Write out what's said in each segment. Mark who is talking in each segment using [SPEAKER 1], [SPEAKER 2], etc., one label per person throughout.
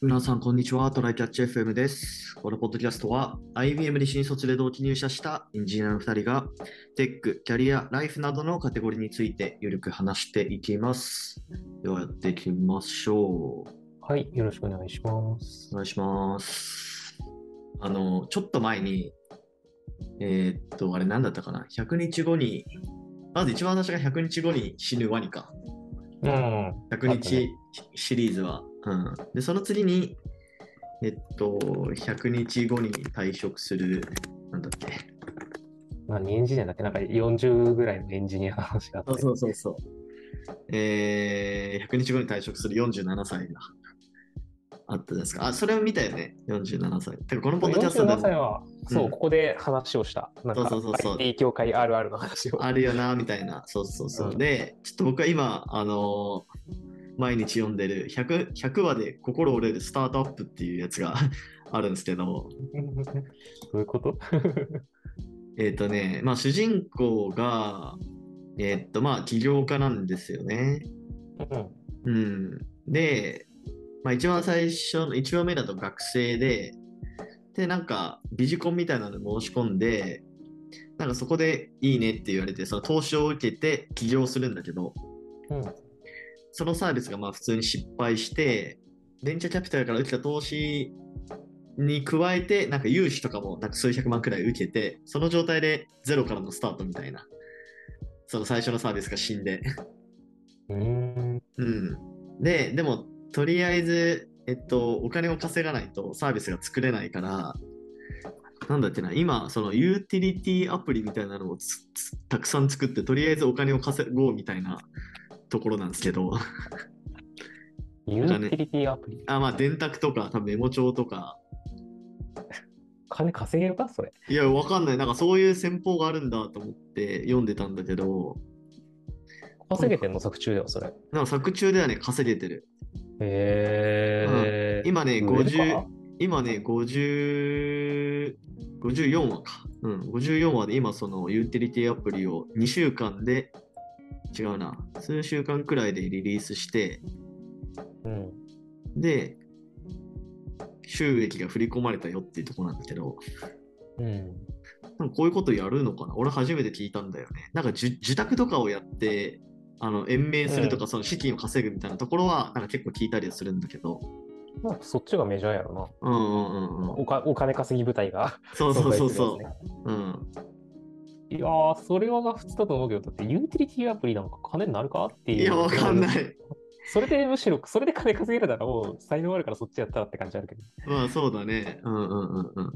[SPEAKER 1] 皆さん、こんにちは。トライキャッチ FM です。このポッドキャストは、IBM に新卒で同期入社したエンジニアの2人が、テック、キャリア、ライフなどのカテゴリーについて、ゆるく話していきます。では、やっていきましょう。
[SPEAKER 2] はい、よろしくお願いします。
[SPEAKER 1] お願いします。あの、ちょっと前に、えーっと、あれ何だったかな ?100 日後に、まず一番私が100日後に死ぬワニか。
[SPEAKER 2] うん。
[SPEAKER 1] 100
[SPEAKER 2] あったね
[SPEAKER 1] 日シリーズは。うん、で、その次に、えっと、100日後に退職する、なんだっけ。
[SPEAKER 2] 何エンジニアだっけなんか40ぐらいのエンジニアの話があって。
[SPEAKER 1] うそうそう。えー、100日後に退職する47歳があったじゃないですか。あ、それを見たよね、47歳。てか、このポッドキャストで
[SPEAKER 2] 47歳
[SPEAKER 1] も
[SPEAKER 2] は、そう、
[SPEAKER 1] うん
[SPEAKER 2] ここで話をした。なんか、
[SPEAKER 1] そうそうそうそう
[SPEAKER 2] IT 協会あるあるの 話を。
[SPEAKER 1] あるよな、みたいな。そうそうそう。
[SPEAKER 2] うん
[SPEAKER 1] で、ちょっと僕は今、あのー毎日読んでる100、100話で心折れるスタートアップっていうやつが あるんですけど、
[SPEAKER 2] どういうこと
[SPEAKER 1] えっ、とね、まあ主人公が、えっ、とまあ起業家なんですよね。
[SPEAKER 2] うん。
[SPEAKER 1] うん。で、まあ一番最初の、一番目だと学生で、で、なんかビジコンみたいなの申し込んで、なんかそこでいいねって言われて、その投資を受けて起業するんだけど、
[SPEAKER 2] うん。
[SPEAKER 1] そのサービスがまあ普通に失敗して、ベンチャーキャピタルから受けた投資に加えて、なんか融資とかもなんか数百万くらい受けて、その状態でゼロからのスタートみたいな、その最初のサービスが死んで。
[SPEAKER 2] うーん。
[SPEAKER 1] うん、で、でも、とりあえず、えっと、お金を稼がないとサービスが作れないから、なんだっけな、今、そのユーティリティアプリみたいなのをつつたくさん作って、とりあえずお金を稼ごうみたいなところなんですけど。
[SPEAKER 2] ユ
[SPEAKER 1] なんかね
[SPEAKER 2] ーティリティアプリ。
[SPEAKER 1] あ、まあ、電卓とか、多分メモ帳とか。
[SPEAKER 2] 金稼げるかそれ。
[SPEAKER 1] いや、わかんない。なんかそういう戦法があるんだと思って読んでたんだけど、
[SPEAKER 2] 稼げてんの作中ではそれ。
[SPEAKER 1] なんか作中ではね、稼げてる。
[SPEAKER 2] へえ。
[SPEAKER 1] 今ね、
[SPEAKER 2] 売れる
[SPEAKER 1] 50、
[SPEAKER 2] か
[SPEAKER 1] 今ね、50、54話か。うん、54話で今そのユーティリティアプリを2週間で、違うな、数週間くらいでリリースして、
[SPEAKER 2] うん。
[SPEAKER 1] で、収益が振り込まれたよっていうところなんだけど、
[SPEAKER 2] うん。
[SPEAKER 1] なんかこういうことやるのかな俺初めて聞いたんだよね。なんかじゅ受託とかをやって、あの延命するとか、その資金を稼ぐみたいなところは、なんか結構聞いたりはするんだけど。
[SPEAKER 2] まあ、そっちがメジャーやろな。
[SPEAKER 1] うんうんうんうん。
[SPEAKER 2] おかお金稼ぎ部隊が。
[SPEAKER 1] そうそうそう
[SPEAKER 2] 存在するやつ
[SPEAKER 1] そ
[SPEAKER 2] ね
[SPEAKER 1] う。うん。
[SPEAKER 2] いやー、それは普通だと思うけど、だってユーティリティアプリなんか金になるかっていう。。
[SPEAKER 1] いや、わかんないい。
[SPEAKER 2] それでむしろ、それで金稼げるならもう才能あるからそっちやったらって感じあるけど。
[SPEAKER 1] まあ、そうだね。うんうんうんうん。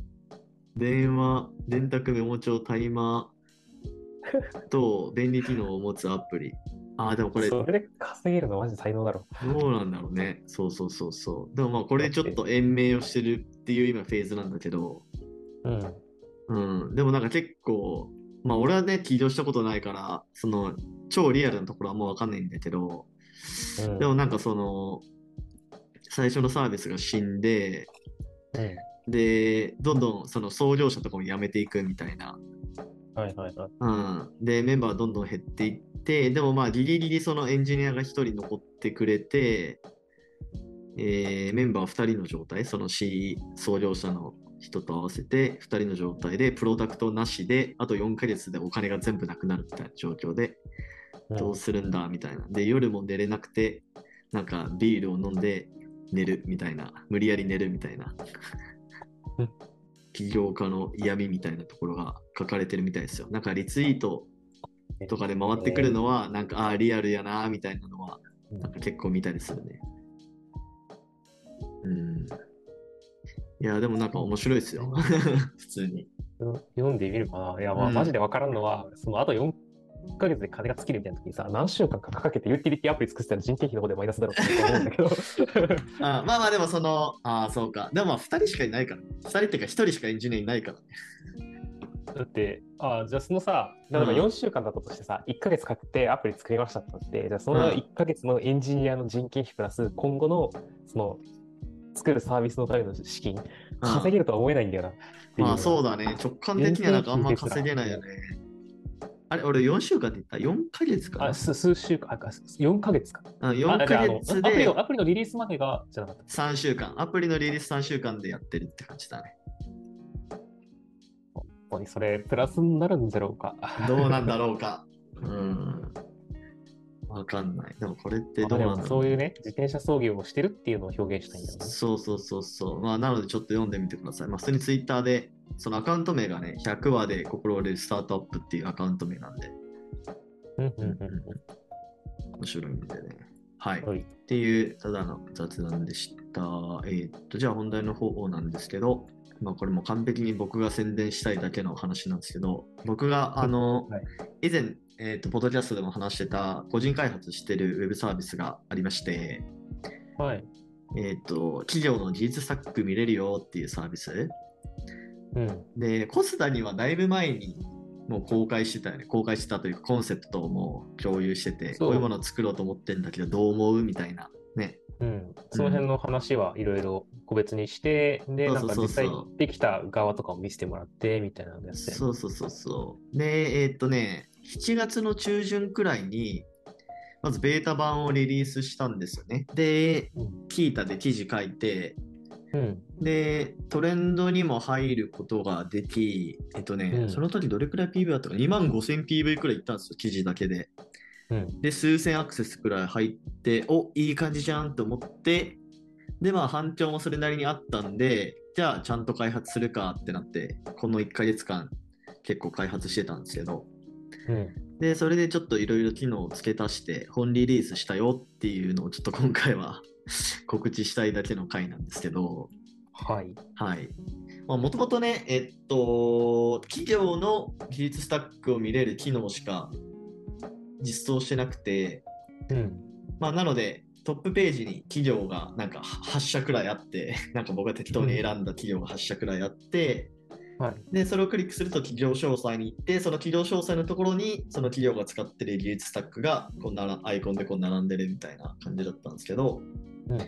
[SPEAKER 1] 電話、電卓、メモ帳、タイマ ーと便利機能を持つアプリ。ああ、でもこれ、ど
[SPEAKER 2] それで稼げるのはマジで才能だろ。
[SPEAKER 1] うなんだろうね。そうそうそうそう。でもまあ、これでちょっと延命をしてるっていう今フェーズなんだけど。
[SPEAKER 2] うん。
[SPEAKER 1] うん、でもなんか結構、まあ俺はね、起業したことないから、その、超リアルなところはもうわかんないんだけど、
[SPEAKER 2] うん
[SPEAKER 1] でもなんかその、最初のサービスが死んで、
[SPEAKER 2] うん。
[SPEAKER 1] で、どんどんその創業者とかも辞めていくみたいな。
[SPEAKER 2] はいはいはい。
[SPEAKER 1] うん。で、メンバーどんどん減っていって、でもまあギリギリそのエンジニアが1人残ってくれて、えーメンバー2人の状態、その C 創業者の人と合わせて2人の状態で、プロダクトなしで、あと4ヶ月でお金が全部なくなるみたいな状況で、どうするんだみたいな。で、夜も寝れなくて、なんかビールを飲んで寝るみたいな、無理やり寝るみたいな
[SPEAKER 2] うん。
[SPEAKER 1] 起業家の嫌味みたいなところが書かれてるみたいですよ。なんかリツイートとかで回ってくるのは、なんか、あーリアルやなーみたいなのは、
[SPEAKER 2] うん
[SPEAKER 1] なんか結構見たりするね。うん。いや、でもなんか面白いですよ。 普通に。
[SPEAKER 2] 読んでみるかな。いや、まあ、
[SPEAKER 1] うん
[SPEAKER 2] マジでわからんのは、そのあと4ヶ月で金が尽きるみたいな時にさ、何週間かかけてユーティリティアプリ作ってたら人件費の方でマイナスだろうって思うんだけど。
[SPEAKER 1] あまあまあ、でもその、ああ、そうか。でもまあ、2人しかいないから。2人っていうか、1人しかエンジニアいないからね。
[SPEAKER 2] だって、あじゃあそのさ、例えば
[SPEAKER 1] うん
[SPEAKER 2] 4週間だったとしてさ、1ヶ月かけてアプリ作りましたってなって、じゃあその
[SPEAKER 1] うん
[SPEAKER 2] 1ヶ月のエンジニアの人件費プラス、今後のその作るサービスのための資金、稼げるとは思えないんだよなっていう。
[SPEAKER 1] まあ、そう
[SPEAKER 2] だ。
[SPEAKER 1] だね。直感的にはなんかあんま稼げないよね。あれ、俺4週間って言った ?4 ヶ月かな
[SPEAKER 3] あ、す数週間、あ、4ヶ月か。
[SPEAKER 1] あ
[SPEAKER 3] あ
[SPEAKER 1] ?4
[SPEAKER 3] だから
[SPEAKER 1] ヶ
[SPEAKER 3] あの
[SPEAKER 1] 月
[SPEAKER 3] アプリ
[SPEAKER 1] で
[SPEAKER 3] のアプリのリリースまでが、じゃなかった。
[SPEAKER 1] 3週間。アプリのリリース3週間でやってるって感じだね。
[SPEAKER 3] 本当にそれ、プラスになるんだろうか。
[SPEAKER 1] どうなんだ ろうか。うん。わかんない。でもこれって
[SPEAKER 3] ま
[SPEAKER 1] ど
[SPEAKER 3] あ
[SPEAKER 1] う
[SPEAKER 3] で
[SPEAKER 1] な
[SPEAKER 3] も
[SPEAKER 1] んだろ
[SPEAKER 3] そうういうね、自転車操業をしてるっていうのを表現したいんだよね。
[SPEAKER 1] そうそうそうそう。まあ、なのでちょっと読んでみてください。まあ、普通にツイッターで、そのアカウント名がね、100話で心折れるスタートアップっていうアカウント名なんで、
[SPEAKER 3] うんうんうんう
[SPEAKER 1] 面白いんでね。はい。
[SPEAKER 3] ん。はい。
[SPEAKER 1] っていう、ただの雑談でした。えーっと、じゃあ本題の方なんですけど、まあ、これも完璧に僕が宣伝したいだけの話なんですけど、僕が、あの、
[SPEAKER 3] はい
[SPEAKER 1] 以前、えーっと、ポッドキャストでも話してた、個人開発してるウェブサービスがありまして、
[SPEAKER 3] はい。
[SPEAKER 1] えーっと、企業の技術スタック見れるよっていうサービス。
[SPEAKER 3] うん。
[SPEAKER 1] で、コスダにはだいぶ前にもう公開してたよね。公開してたというか、コンセプトをもう共有してて、
[SPEAKER 3] そう
[SPEAKER 1] こういうものを作ろうと思ってんだけど、どう思うみたいな。ね。
[SPEAKER 3] うん、その辺の話はいろいろ個別にして、で、
[SPEAKER 1] そう
[SPEAKER 3] な
[SPEAKER 1] そ
[SPEAKER 3] ん
[SPEAKER 1] う
[SPEAKER 3] か
[SPEAKER 1] そう
[SPEAKER 3] 実
[SPEAKER 1] そう
[SPEAKER 3] 際できた側とかを見せてもらってみたいなのやつで。
[SPEAKER 1] そうそうそうそう。で、えーっとね、7月の中旬くらいに、まずベータ版をリリースしたんですよね。で、
[SPEAKER 3] うん。
[SPEAKER 1] キータで記事書いて、
[SPEAKER 3] うん。
[SPEAKER 1] で、トレンドにも入ることができ、えっとね、
[SPEAKER 3] うん
[SPEAKER 1] その時どれくらい PV だったか、2万5000 PV くらいいったんですよ、記事だけで。
[SPEAKER 3] うん。
[SPEAKER 1] で、数千アクセスくらい入って、おいい感じじゃんと思って、で、まあ、反響もそれなりにあったんで、じゃあ、ちゃんと開発するかってなって、この1ヶ月間、結構開発してたんですけど、
[SPEAKER 3] うん。
[SPEAKER 1] で、それでちょっといろいろ機能を付け足して、本リリースしたよっていうのを、ちょっと今回は 告知したいだけの回なんですけど、
[SPEAKER 3] はい。
[SPEAKER 1] はい。もともとね、えっと、企業の技術スタックを見れる機能しか実装してなくて、
[SPEAKER 3] うん。
[SPEAKER 1] まあ、なので、トップページに企業がなんか8社くらいあって、 なんか僕が適当に選んだ企業が8社くらいあって、
[SPEAKER 3] はい。
[SPEAKER 1] で、それをクリックすると企業詳細に行って、その企業詳細のところに、その企業が使ってる技術スタックが、こんなアイコンでこう並んでるみたいな感じだったんですけど、
[SPEAKER 3] うん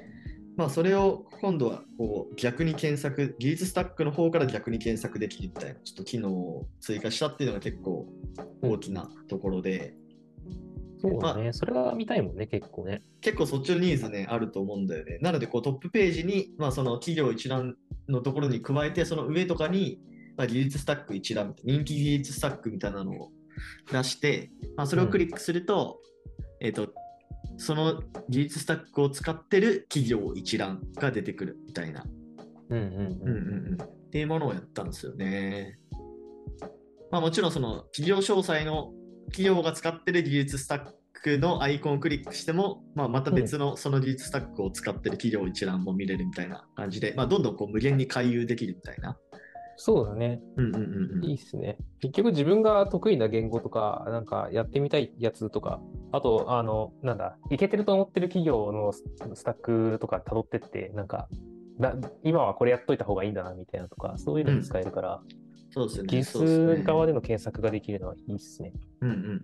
[SPEAKER 1] まあ、それを今度はこう逆に検索、技術スタックの方から逆に検索できるみたいな、ちょっと機能を追加したっていうのが結構大きなところで、
[SPEAKER 3] そうだ
[SPEAKER 1] ま
[SPEAKER 3] ね。それが見たいもんね、結構ね。
[SPEAKER 1] 結構そっちのニーズね、あると思うんだよね。なので、こうトップページに、まあ、その企業一覧のところに加えて、その上とかに、まあ、技術スタック一覧、人気技術スタックみたいなのを出して、まあ、それをクリックすると、えっ、と、その技術スタックを使ってる企業一覧が出てくるみたいな、
[SPEAKER 3] うん
[SPEAKER 1] うんうんうん、っていうものをやったんですよね。まあ、もちろんその企業詳細の企業が使ってる技術スタックのアイコンをクリックしても、まあ、また別のその技術スタックを使ってる企業一覧も見れるみたいな感じで、まあ、どんどんこう無限に回遊できるみたいな。
[SPEAKER 2] そうだね。
[SPEAKER 1] うんうんうんう
[SPEAKER 2] い
[SPEAKER 1] ん
[SPEAKER 2] いっすね。結局自分が得意な言語とか、なんかやってみたいやつとか、あと、あの、なんだ、いけてると思ってる企業のススタックとか辿ってって、なんか、な今はこれやっといた方がいいんだなみたいなとか、そういうのに使えるから、
[SPEAKER 1] そうですよ
[SPEAKER 2] 技
[SPEAKER 1] ね。そうです
[SPEAKER 2] 術
[SPEAKER 1] ね
[SPEAKER 2] 側での検索ができるのはいいっすね。
[SPEAKER 1] うんうんうん、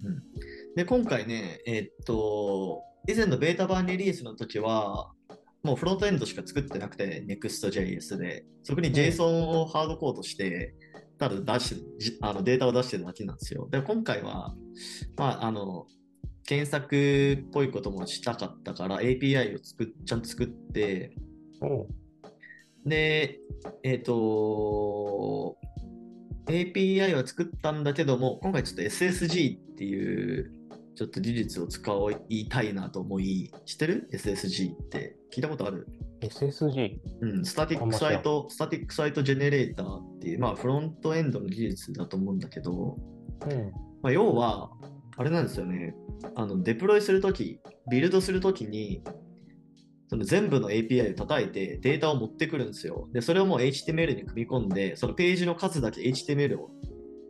[SPEAKER 1] で今回ね、えっと、以前のベータ版リリースの時は、もうフロントエンドしか作ってなくて、Next.js で、そこに JSON をハードコードして、ただ出してじあのデータを出してるだけなんですよ。で、今回は、まあ、あの、検索っぽいこともしたかったから、API を作っちゃんと作って、
[SPEAKER 3] おう
[SPEAKER 1] で、えっ、と、API は作ったんだけども、今回ちょっと SSG っていう、ちょっと技術を使いたいなと思い、知ってる ?SSG って聞いたことある
[SPEAKER 2] SSG。
[SPEAKER 1] うん、スタティックサイト、スタティックサイトジェネレーターっていう、まあフロントエンドの技術だと思うんだけど、
[SPEAKER 2] うん。
[SPEAKER 1] まあ、要は、あれなんですよね。あの、デプロイするとき、ビルドするときに、その全部の API を叩いてデータを持ってくるんですよ。で、それをもう HTML に組み込んで、そのページの数だけ HTML を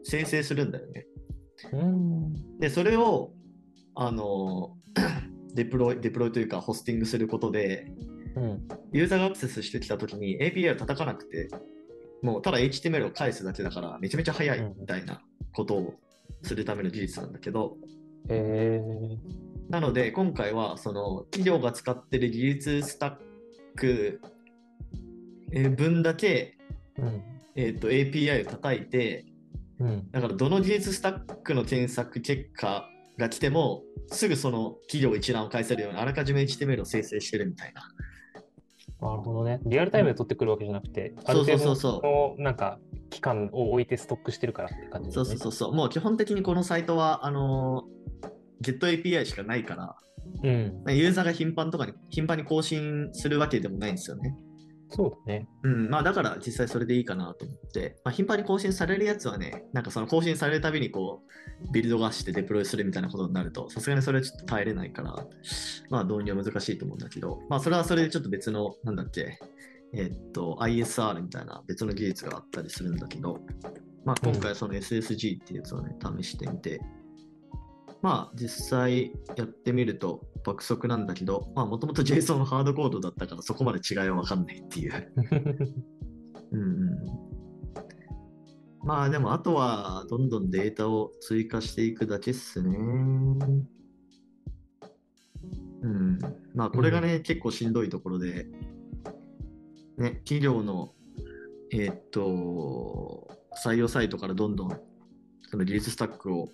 [SPEAKER 1] 生成するんだよね。
[SPEAKER 2] うん。
[SPEAKER 1] で、それを、あの、 デプロイ、デプロイというか、ホスティングすることで、
[SPEAKER 2] うん。
[SPEAKER 1] ユーザーがアクセスしてきたときに API を叩かなくて、もうただ HTML を返すだけだから、めちゃめちゃ早いみたいなことをするための技術なんだけど、
[SPEAKER 2] え
[SPEAKER 1] なので今回はその企業が使ってる技術スタックえー分だけ、
[SPEAKER 2] ー。うん。
[SPEAKER 1] えー、と API を叩いて
[SPEAKER 4] うん。
[SPEAKER 1] だからどの技術スタックの検索結果が来ても、すぐその企業一覧を返せるように、あらかじめ HTML を生成してるみたいな。
[SPEAKER 4] なるほどね。
[SPEAKER 2] リアルタイムで取ってくるわけじゃなくて、あ
[SPEAKER 1] そ
[SPEAKER 2] る
[SPEAKER 1] うそう
[SPEAKER 2] 程
[SPEAKER 1] そ
[SPEAKER 2] 度
[SPEAKER 1] うそう
[SPEAKER 2] のなんか期間を置いてストックしてるからって感じ
[SPEAKER 1] そう
[SPEAKER 2] で
[SPEAKER 1] そう
[SPEAKER 2] すね。
[SPEAKER 1] そうそう。もう基本的にこのサイトは、あのー、GetAPI しかないから、
[SPEAKER 2] うん。
[SPEAKER 1] ユーザーが頻繁とかに、頻繁に更新するわけでもないんですよね。
[SPEAKER 2] そうだね。
[SPEAKER 1] うん、まあだから実際それでいいかなと思って、まあ、頻繁に更新されるやつはね、なんかその更新されるたびにこう、ビルドがしてデプロイするみたいなことになると、さすがにそれはちょっと耐えれないから、まあ導入は難しいと思うんだけど、まあそれはそれでちょっと別の、なんだっけ、えっと、ISR みたいな別の技術があったりするんだけど、まあ今回はその SSG っていうやつをね、試してみて、まあ実際やってみると爆速なんだけど、まあもともと JSON のハードコードだったからそこまで違いはわかんないっていう。うんうんまあでもあとはどんどんデータを追加していくだけっすね。うん。まあこれがね、結構しんどいところで、ね、企業の、えーっと、採用サイトからどんどんその技術スタックを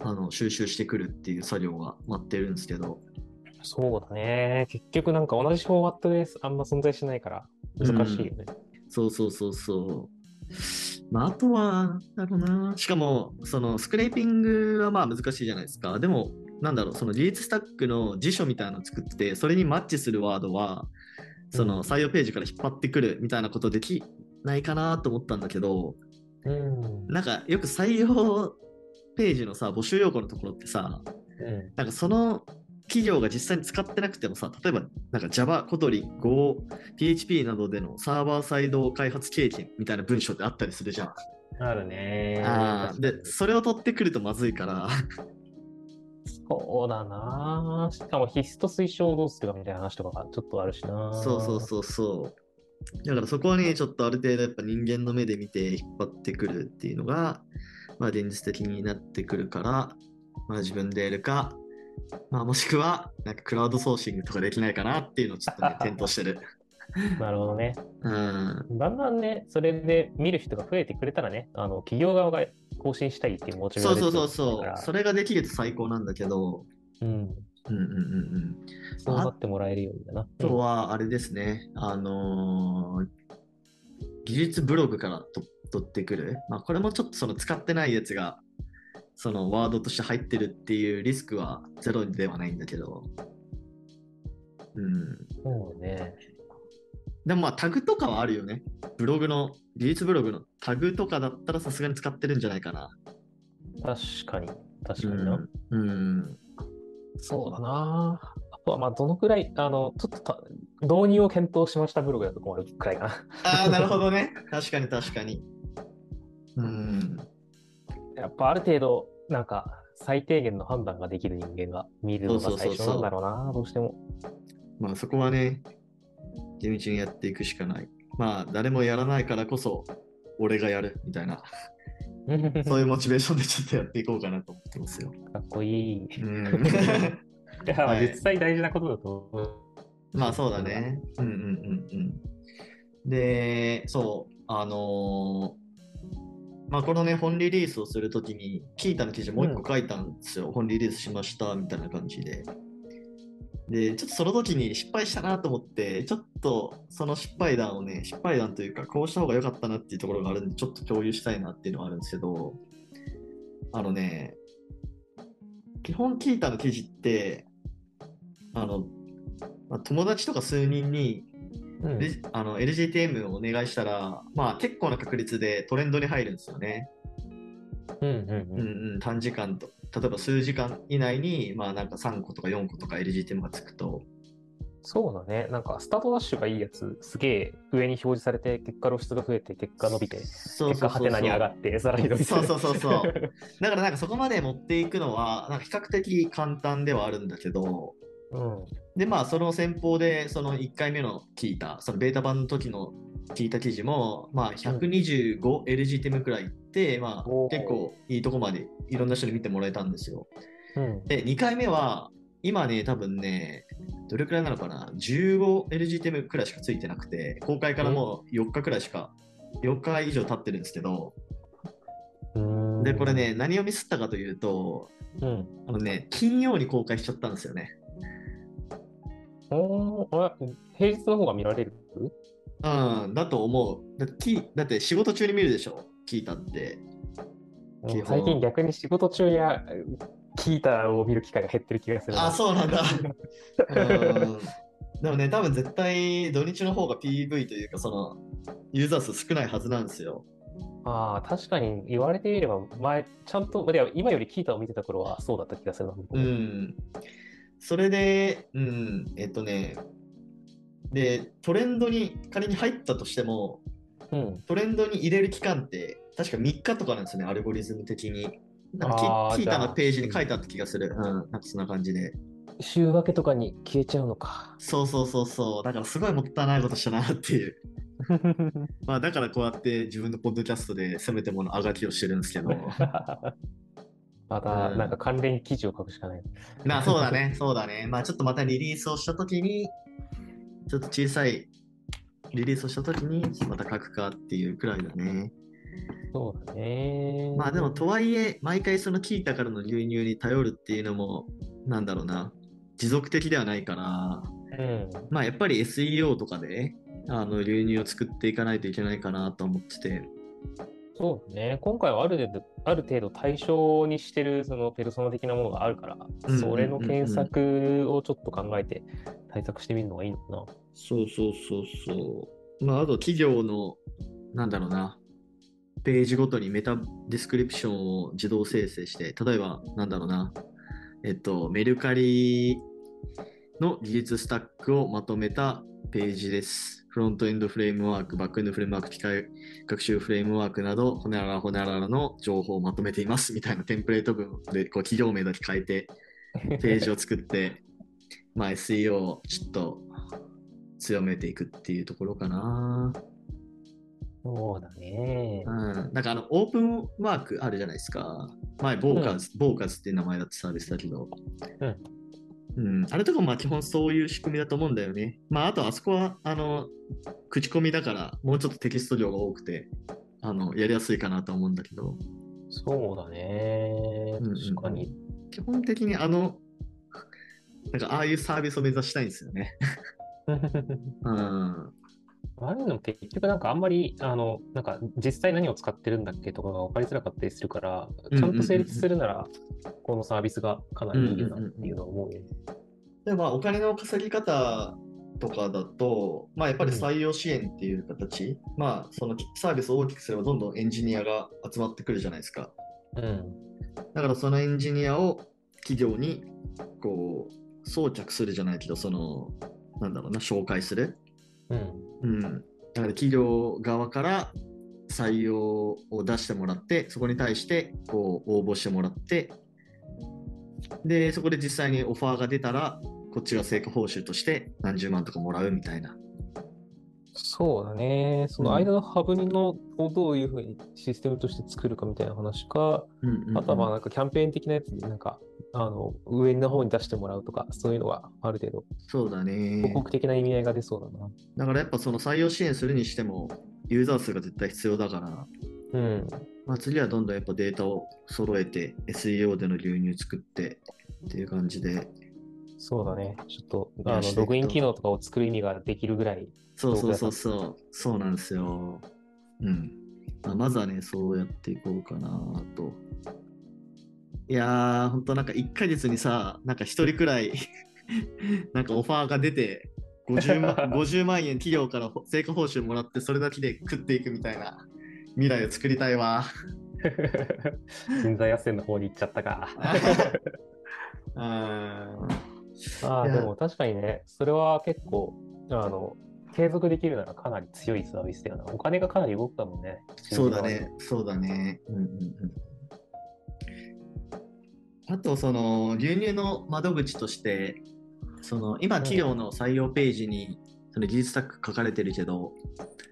[SPEAKER 1] あの収集してくるっていう作業が待ってるんですけど、
[SPEAKER 2] そうだね。結局なんか同じフォーマットです。あんま存在しないから難しいよね。
[SPEAKER 1] そうそうそうそう。まあ、あとは、なんだろうな。しかも、そのスクレーピングはまあ難しいじゃないですか。でも、なんだろう、その技術スタックの辞書みたいなの作って、それにマッチするワードは、その採用ページから引っ張ってくるみたいなことできないかなと思ったんだけど、
[SPEAKER 2] うん。
[SPEAKER 1] なんかよく採用ページのさ、募集要項のところってさ、
[SPEAKER 2] う
[SPEAKER 1] なんかその企業が実際に使ってなくてもさ、例えばなんか Java、コトリ、Go、PHP などでのサーバーサイド開発経験みたいな文章ってあったりするじゃん。
[SPEAKER 2] ん。あるね。
[SPEAKER 1] あーで、それを取ってくるとまずいから、
[SPEAKER 2] そうだな。しかも必須と推奨をどうするかみたいな話とかがちょっとあるしな。
[SPEAKER 1] そうそうそうそう。だからそこはね、ちょっとある程度やっぱ人間の目で見て引っ張ってくるっていうのが、まあ現実的になってくるから、まあ自分でやるか、まあもしくは、なんかクラウドソーシングとかできないかなっていうのをちょっ とね、検討してる。
[SPEAKER 2] なるほどね。
[SPEAKER 1] うん。
[SPEAKER 2] だんだんね、それで見る人が増えてくれたらね、あの企業側が更新したいっていうモチベ
[SPEAKER 1] そう
[SPEAKER 2] が出て
[SPEAKER 1] そう
[SPEAKER 2] く
[SPEAKER 1] そう
[SPEAKER 2] るか
[SPEAKER 1] そ
[SPEAKER 2] ら
[SPEAKER 1] う。それができると最高なんだけど、
[SPEAKER 2] うん。
[SPEAKER 1] うんうんうんうん。
[SPEAKER 2] そうなってもらえるようにだな。
[SPEAKER 1] あとは、あれですね、あのー技術ブログからと取ってくる。まあ、これもちょっとその使ってないやつが、そのワードとして入ってるっていうリスクはゼロではないんだけど。うん。
[SPEAKER 2] そうね。
[SPEAKER 1] でもまあタグとかはあるよね。ブログの、技術ブログのタグとかだったらさすがに使ってるんじゃないかな。
[SPEAKER 2] 確かに。確
[SPEAKER 1] う
[SPEAKER 2] かにな。
[SPEAKER 1] ん。うん。
[SPEAKER 2] そうだな。あとは、まあ、どのくらい、あの、ちょっとた導入を検討しましたブログだと困るくらいかな。
[SPEAKER 1] ああ、なるほどね。確かに確かに。うん。
[SPEAKER 2] やっぱある程度、なんか、最低限の判断ができる人間が見るの
[SPEAKER 1] そうそ
[SPEAKER 2] が
[SPEAKER 1] うそう
[SPEAKER 2] 最
[SPEAKER 1] そう
[SPEAKER 2] 初なんだろうな、どうしても。
[SPEAKER 1] まあそこはね、地道にやっていくしかない。まあ誰もやらないからこそ、俺がやるみたい な、そういうモチベーションでちょっとやっていこうかなと思ってますよ。
[SPEAKER 2] かっこいい。
[SPEAKER 1] うん
[SPEAKER 2] いや、まあ
[SPEAKER 1] はい
[SPEAKER 2] 実際大事なことだと思う。
[SPEAKER 1] まあそうだね。うんうんうんうん。で、そう、あのーまあこのね、本リリースをするときに、キータの記事もう一個書いたんですよ。本リリースしました、みたいな感じで。で、ちょっとその時に失敗したなと思って、ちょっとその失敗談をね、失敗談というか、こうした方が良かったなっていうところがあるんで、ちょっと共有したいなっていうのはあるんですけど、あのね、基本キータの記事って、あの、まあ友達とか数人に、
[SPEAKER 2] うん
[SPEAKER 1] レジあの LGTM をお願いしたら、まあ、結構な確率でトレンドに入るんですよね。
[SPEAKER 2] うん
[SPEAKER 1] うん
[SPEAKER 2] うん
[SPEAKER 1] うん、短時間と。例えば数時間以内に、まあ、なんか3個とか4個とか LGTM がつくと。
[SPEAKER 2] そうだね。なんか、スタートダッシュがいいやつ、すげえ上に表示されて、結果露出が増えて、結果伸びて、
[SPEAKER 1] そう
[SPEAKER 2] 結
[SPEAKER 1] そ
[SPEAKER 2] 果
[SPEAKER 1] う
[SPEAKER 2] ハ
[SPEAKER 1] そう
[SPEAKER 2] テナに上が
[SPEAKER 1] そう。
[SPEAKER 2] って、さらに伸びて。
[SPEAKER 1] そうそうそうそう。だからなんかそこまで持っていくのは、なんか比較的簡単ではあるんだけど、
[SPEAKER 2] うん。
[SPEAKER 1] でまあその先方でその1回目の聞いたそのベータ版の時の聞いた記事も、まあ、125LGTM くらいいって、まあ
[SPEAKER 2] お、ー
[SPEAKER 1] 結構いいとこまでいろんな人に見てもらえたんですよ。
[SPEAKER 2] うん。
[SPEAKER 1] で2回目は今ね多分ねどれくらいなのかな 15LGTM くらいしかついてなくて公開からもう4日くらいしか4日以上経ってるんですけど
[SPEAKER 2] うん
[SPEAKER 1] で、これ。ね、何をミスったかというと、
[SPEAKER 2] うん。
[SPEAKER 1] あのね、金曜に公開しちゃったんですよね。
[SPEAKER 2] おーあ平日の方が見られる
[SPEAKER 1] うん、だと思う。だきだって仕事中に見るでしょ、聞いたって。基本
[SPEAKER 2] 最近逆に仕事中やキータを見る機会が減ってる気がするな。
[SPEAKER 1] あ、そうなんだ。うんでもね、多分絶対土日の方が PV というか、その、ユーザー数少ないはずなんですよ。
[SPEAKER 2] ああ、確かに言われてみれば、前、ちゃんと、いや今よりキータを見てた頃はそうだった気がするな。僕
[SPEAKER 1] う
[SPEAKER 2] も
[SPEAKER 1] ん。それで、うん、えっとね、で、トレンドに仮に入ったとしても、
[SPEAKER 2] うん。
[SPEAKER 1] トレンドに入れる期間って、確か3日とかなんですよね、アルゴリズム的に。なん
[SPEAKER 2] あ
[SPEAKER 1] か
[SPEAKER 2] ー
[SPEAKER 1] キキータ
[SPEAKER 2] じゃあ
[SPEAKER 1] のページに書いてあった気がする。うん、なんかそんな感じで。
[SPEAKER 2] 週明けとかに消えちゃう のか。
[SPEAKER 1] そうそうそうそう。だからすごいもったいないことしたなっていう。まあだからこうやって自分のポッドキャストでせめてものあがきをしてるんですけど。
[SPEAKER 2] また、
[SPEAKER 1] うん
[SPEAKER 2] なんか関連記事を書くしかない。
[SPEAKER 1] なあそうだね、そうだね。まあちょっとまたリリースをしたときに、ちょっと小さいリリースをしたときに、また書くかっていうくらいだね。
[SPEAKER 2] そうだね。
[SPEAKER 1] まあでもとはいえ、毎回その聞いたからの牛乳に頼るっていうのも、なんだろうな、持続的ではないから、
[SPEAKER 2] うん。
[SPEAKER 1] まあやっぱり SEO とかで、あの流入を作っていかないといけないかなと思ってて、
[SPEAKER 2] そうだね。今回はある程度、ある程度対象にしてる、そのペルソナ的なものがあるから
[SPEAKER 1] うん、
[SPEAKER 2] それの検索をちょっと考えて対策してみるのがいいのかな。
[SPEAKER 1] そうそうそうそう。まあ、あと企業の、なんだろうな、ページごとにメタディスクリプションを自動生成して、例えば、なんだろうな、えっと、メルカリの技術スタックをまとめたページです。フロントエンドフレームワーク、バックエンドフレームワーク、機械学習フレームワークなど、ほにゃららほにゃららの情報をまとめていますみたいなテンプレート文でこう企業名だけ変えて、ページを作って、 まあ SEO をちょっと強めていくっていうところかな。
[SPEAKER 2] そうだね
[SPEAKER 1] う。ん。なんかあの、オープンワークあるじゃないですか。前、ボーカーズ、ボーカーズっていう名前だったサービスだけど。
[SPEAKER 2] うん
[SPEAKER 1] うん。あれとかもまあ基本そういう仕組みだと思うんだよね。まああとあそこは、あの、口コミだから、もうちょっとテキスト量が多くて、あの、やりやすいかなと思うんだけど。
[SPEAKER 2] そうだね。
[SPEAKER 1] うんうん
[SPEAKER 2] 確かに。
[SPEAKER 1] 基本的にあの、なんかああいうサービスを目指したいんですよね。うん。
[SPEAKER 2] ああいうのも結局なんかあんまり、あの、なんか実際何を使ってるんだっけとかが分かりづらかったりするから、
[SPEAKER 1] うん
[SPEAKER 2] ちゃんと成立するなら、このサービスがかなりいいなっていうのは思うよね。
[SPEAKER 1] でまあ、お金の稼ぎ方とかだと、まあ、やっぱり採用支援っていう形、まあ、そのサービスを大きくすればどんどんエンジニアが集まってくるじゃないですか。
[SPEAKER 2] うん。
[SPEAKER 1] だからそのエンジニアを企業にこう装着するじゃないけど、その、なんだろうな、紹介する。
[SPEAKER 2] うん。
[SPEAKER 1] うん。だから企業側から採用を出してもらって、そこに対してこう応募してもらって、で、そこで実際にオファーが出たら、こっちが成果報酬として何十万とかもらうみたいな。
[SPEAKER 2] そうだね。その間のハブのをどういうふうにシステムとして作るかみたいな話か、
[SPEAKER 1] うんうんうん
[SPEAKER 2] あとはまあなんかキャンペーン的なやつで、なんか、あの、上の方に出してもらうとか、そういうのがある程度、
[SPEAKER 1] そうだ
[SPEAKER 2] 広
[SPEAKER 1] ね。
[SPEAKER 2] 告的な意味合いが出そうだな。
[SPEAKER 1] だからやっぱその採用支援するにしても、ユーザー数が絶対必要だから、
[SPEAKER 2] うん。
[SPEAKER 1] まあ、次はどんどんやっぱデータを揃えて、SEO での流入作ってっていう感じで、
[SPEAKER 2] そうだね。ちょっと、
[SPEAKER 1] いや
[SPEAKER 2] あ
[SPEAKER 1] してい
[SPEAKER 2] の、
[SPEAKER 1] くと
[SPEAKER 2] ログイン機能とかを作る意味ができるぐらい。
[SPEAKER 1] そうそうそうそう、そうなんですよ。うん。まあ、まずはね、そうやっていこうかなと。いやー、ほんとなんか1ヶ月にさ、なんか1人くらい、 なんかオファーが出て、50万 ,50 万円企業からほ成果報酬もらって、それだけで食っていくみたいな未来を作りたい わ。
[SPEAKER 2] 人材斡旋の方に行っちゃったか。
[SPEAKER 1] うん
[SPEAKER 2] あ
[SPEAKER 1] い
[SPEAKER 2] あ、
[SPEAKER 1] や
[SPEAKER 2] でも確かにね、それは結構、あの、継続できるならかなり強いサービスだよな。お金がかなり動くかもんね。
[SPEAKER 1] そうだね、そうだね。うんうんうんあと、その、牛乳の窓口として、その、今、企業の採用ページに、その技術タック書かれてるけど、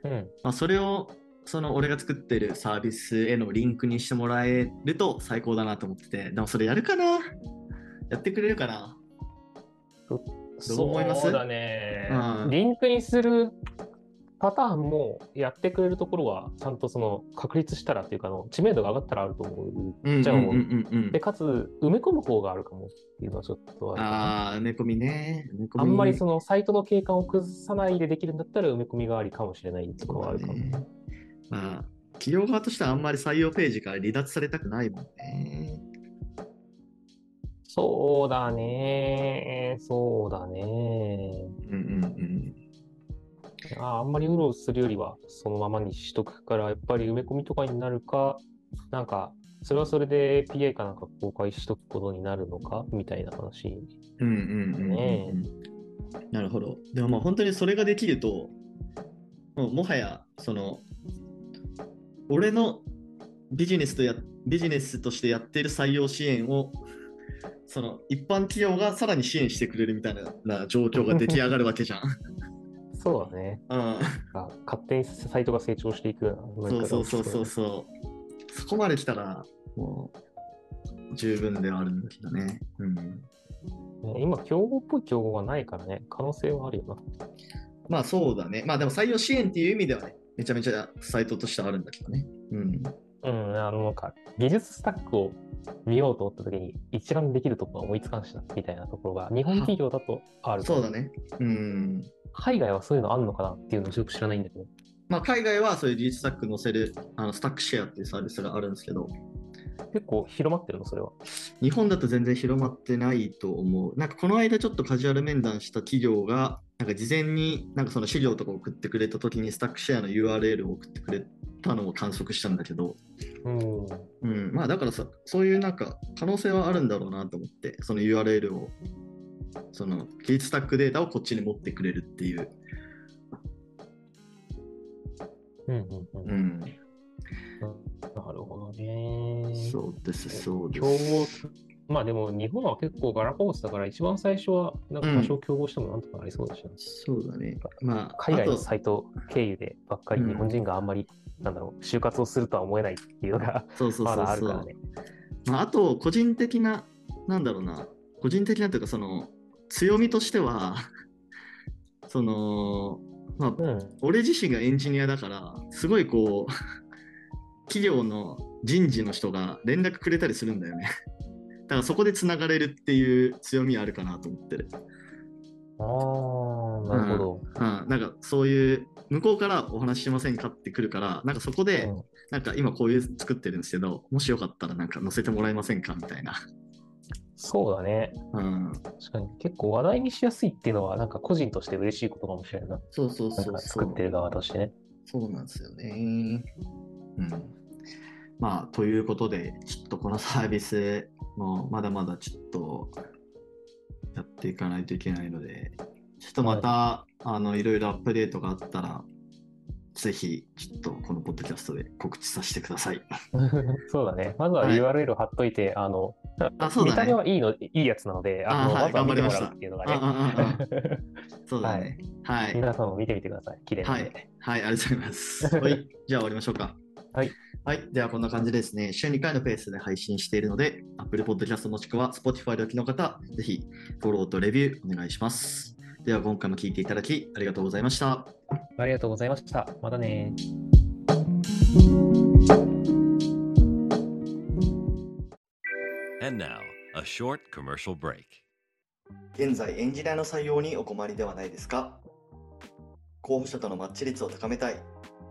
[SPEAKER 2] うん。
[SPEAKER 1] まあ、それを、その、俺が作ってるサービスへのリンクにしてもらえると最高だなと思ってて、でもそれやるかなやってくれるかな
[SPEAKER 2] ど
[SPEAKER 1] う思います
[SPEAKER 2] そうだね、
[SPEAKER 1] うん
[SPEAKER 2] リンクにするパターンもやってくれるところは、ちゃんとその確立したらっていうかあの、知名度が上がったらあると思う。
[SPEAKER 1] うん
[SPEAKER 2] じゃあもう
[SPEAKER 1] うんうんうんうん
[SPEAKER 2] で、かつ、埋め込む方があるかもっていうのはちょっとあるかな
[SPEAKER 1] ああ、埋め込みね。埋め込み
[SPEAKER 2] あんまりそのサイトの景観を崩さないでできるんだったら埋め込みがありかもしれないところはあるかも。
[SPEAKER 1] ねまあ、企業側としてはあんまり採用ページから離脱されたくないもんね。
[SPEAKER 2] そうだね。そうだね。
[SPEAKER 1] うんうんうん。
[SPEAKER 2] ああんまりうろうろするよりは、そのままにしとくから、やっぱり埋め込みとかになるか、なんか、それはそれで PA かなんか公開しとくことになるのかみたいな話。
[SPEAKER 1] うんうんうんうんうん、
[SPEAKER 2] ね
[SPEAKER 1] なるほど。でもまあ本当にそれができると、もうもはや、その、俺のビジネスとや、ビジネスとしてやってる採用支援を、その一般企業がさらに支援してくれるみたいなな状況が出来上がるわけ じゃん。
[SPEAKER 2] そうだね。
[SPEAKER 1] うん、
[SPEAKER 2] あ勝手にサイトが成長していくような
[SPEAKER 1] そ
[SPEAKER 2] 何
[SPEAKER 1] う
[SPEAKER 2] か
[SPEAKER 1] そ
[SPEAKER 2] が
[SPEAKER 1] う
[SPEAKER 2] 起き
[SPEAKER 1] そ
[SPEAKER 2] て
[SPEAKER 1] う
[SPEAKER 2] くる
[SPEAKER 1] そうそう。そこまで来たら、もう、十分ではあるんだけどね。うん。
[SPEAKER 2] ね今、競合っぽい競合がないからね、可能性はあるよな。
[SPEAKER 1] まあそうだね。まあでも採用支援っていう意味ではね、めちゃめちゃサイトとしてはあるんだけどね。うん。
[SPEAKER 2] うん、あの、なんか、技術スタックを見ようと思った時に、一覧できるところが思いつかんしな、みたいなところが、日本企業だとある。
[SPEAKER 1] そうだ。ね。うん。
[SPEAKER 2] 海外はそういうのあんのかなっていうのをよく知らないんだけど。
[SPEAKER 1] まあ海外はそういう技術スタック載せる、あのスタックシェアっていうサービスがあるんですけど、
[SPEAKER 2] 結構広まってるの、それは。
[SPEAKER 1] 日本だと全然広まってないと思う。なんかこの間ちょっとカジュアル面談した企業が、なんか事前になんかその資料とか送ってくれた時にスタックシェアの URL を送ってくれたのを観測したんだけど、
[SPEAKER 2] うん。
[SPEAKER 1] うん、まあだからさ、そういうなんか可能性はあるんだろうなと思って、その URL を、その技術スタックデータをこっちに持ってくれるっていう。
[SPEAKER 2] うんうんうん。
[SPEAKER 1] ん、
[SPEAKER 2] なるほどね。
[SPEAKER 1] そうです、そうで
[SPEAKER 2] 競
[SPEAKER 1] す。
[SPEAKER 2] 合、まあでも日本は結構ガラパゴスだから、一番最初は、なんか多少競合してもなんとかなりそうだしな。
[SPEAKER 1] そうだね。まあ、
[SPEAKER 2] 海外
[SPEAKER 1] あ
[SPEAKER 2] の
[SPEAKER 1] と
[SPEAKER 2] サイト経由でばっかり
[SPEAKER 1] うん
[SPEAKER 2] 日本人があんまり、なんだろう、就活をするとは思えないっていうのが
[SPEAKER 1] そうそう
[SPEAKER 2] まだ
[SPEAKER 1] そ
[SPEAKER 2] あ
[SPEAKER 1] う
[SPEAKER 2] る
[SPEAKER 1] そ
[SPEAKER 2] から
[SPEAKER 1] う
[SPEAKER 2] ね。。
[SPEAKER 1] まあ、あと、個人的な、なんだろうな、個人的なというか、その、強みとしては、 その、まあ、
[SPEAKER 2] うん。
[SPEAKER 1] 俺自身がエンジニアだからすごいこう 企業の人事の人が連絡くれたりするんだよねだからそこでつながれるっていう強みはあるかなと思ってる、
[SPEAKER 2] ああ、なるほど。
[SPEAKER 1] うん、なんかそういう向こうからお話ししませんかってくるからなんかそこで、
[SPEAKER 2] うん
[SPEAKER 1] なんか今こういう作ってるんですけどもしよかったらなんか載せてもらえませんかみたいな、
[SPEAKER 2] そうだね。
[SPEAKER 1] うん、
[SPEAKER 2] 確かに結構話題にしやすいっていうのは、なんか個人として嬉しいことかもしれないな。
[SPEAKER 1] そうそう
[SPEAKER 2] なんか作ってる側として ね。
[SPEAKER 1] そうなんですよね。うん。まあ、ということで、ちょっとこのサービスもまだまだちょっとやっていかないといけないので、ちょっとまた、あの、いろいろアップデートがあったら、ぜひ、ちょっとこのポッドキャストで告知させてください。
[SPEAKER 2] そうだね。まずは
[SPEAKER 1] はい
[SPEAKER 2] URL を貼っといて、あの、
[SPEAKER 1] あ、そう
[SPEAKER 2] 見
[SPEAKER 1] だ
[SPEAKER 2] た目
[SPEAKER 1] ね。
[SPEAKER 2] はいいの、いいやつなので、
[SPEAKER 1] あ
[SPEAKER 2] の、
[SPEAKER 1] はい
[SPEAKER 2] まずは見て
[SPEAKER 1] 頑張りま
[SPEAKER 2] もら
[SPEAKER 1] した
[SPEAKER 2] うっていうのが
[SPEAKER 1] あ
[SPEAKER 2] ね。
[SPEAKER 1] ああああそうだね。はい。
[SPEAKER 2] 皆さんも見てみてください。綺麗な
[SPEAKER 1] は
[SPEAKER 2] の
[SPEAKER 1] い
[SPEAKER 2] で。、
[SPEAKER 1] はい、ありがとうございます。 はい、じゃあ終わりましょうか。
[SPEAKER 2] はい、
[SPEAKER 1] はい、ではこんな感じでですね、週2回のペースで配信しているので、Apple Podcast もしくは Spotify でお聞きの方、ぜひフォローとレビューお願いします。では今回も聞いていただきありがとうございました。
[SPEAKER 2] ありがとうございました。またね
[SPEAKER 5] And now, a short commercial break.
[SPEAKER 1] 現在エンジニアの採用にお困りではないですか候補者とのマッチ率を高めたい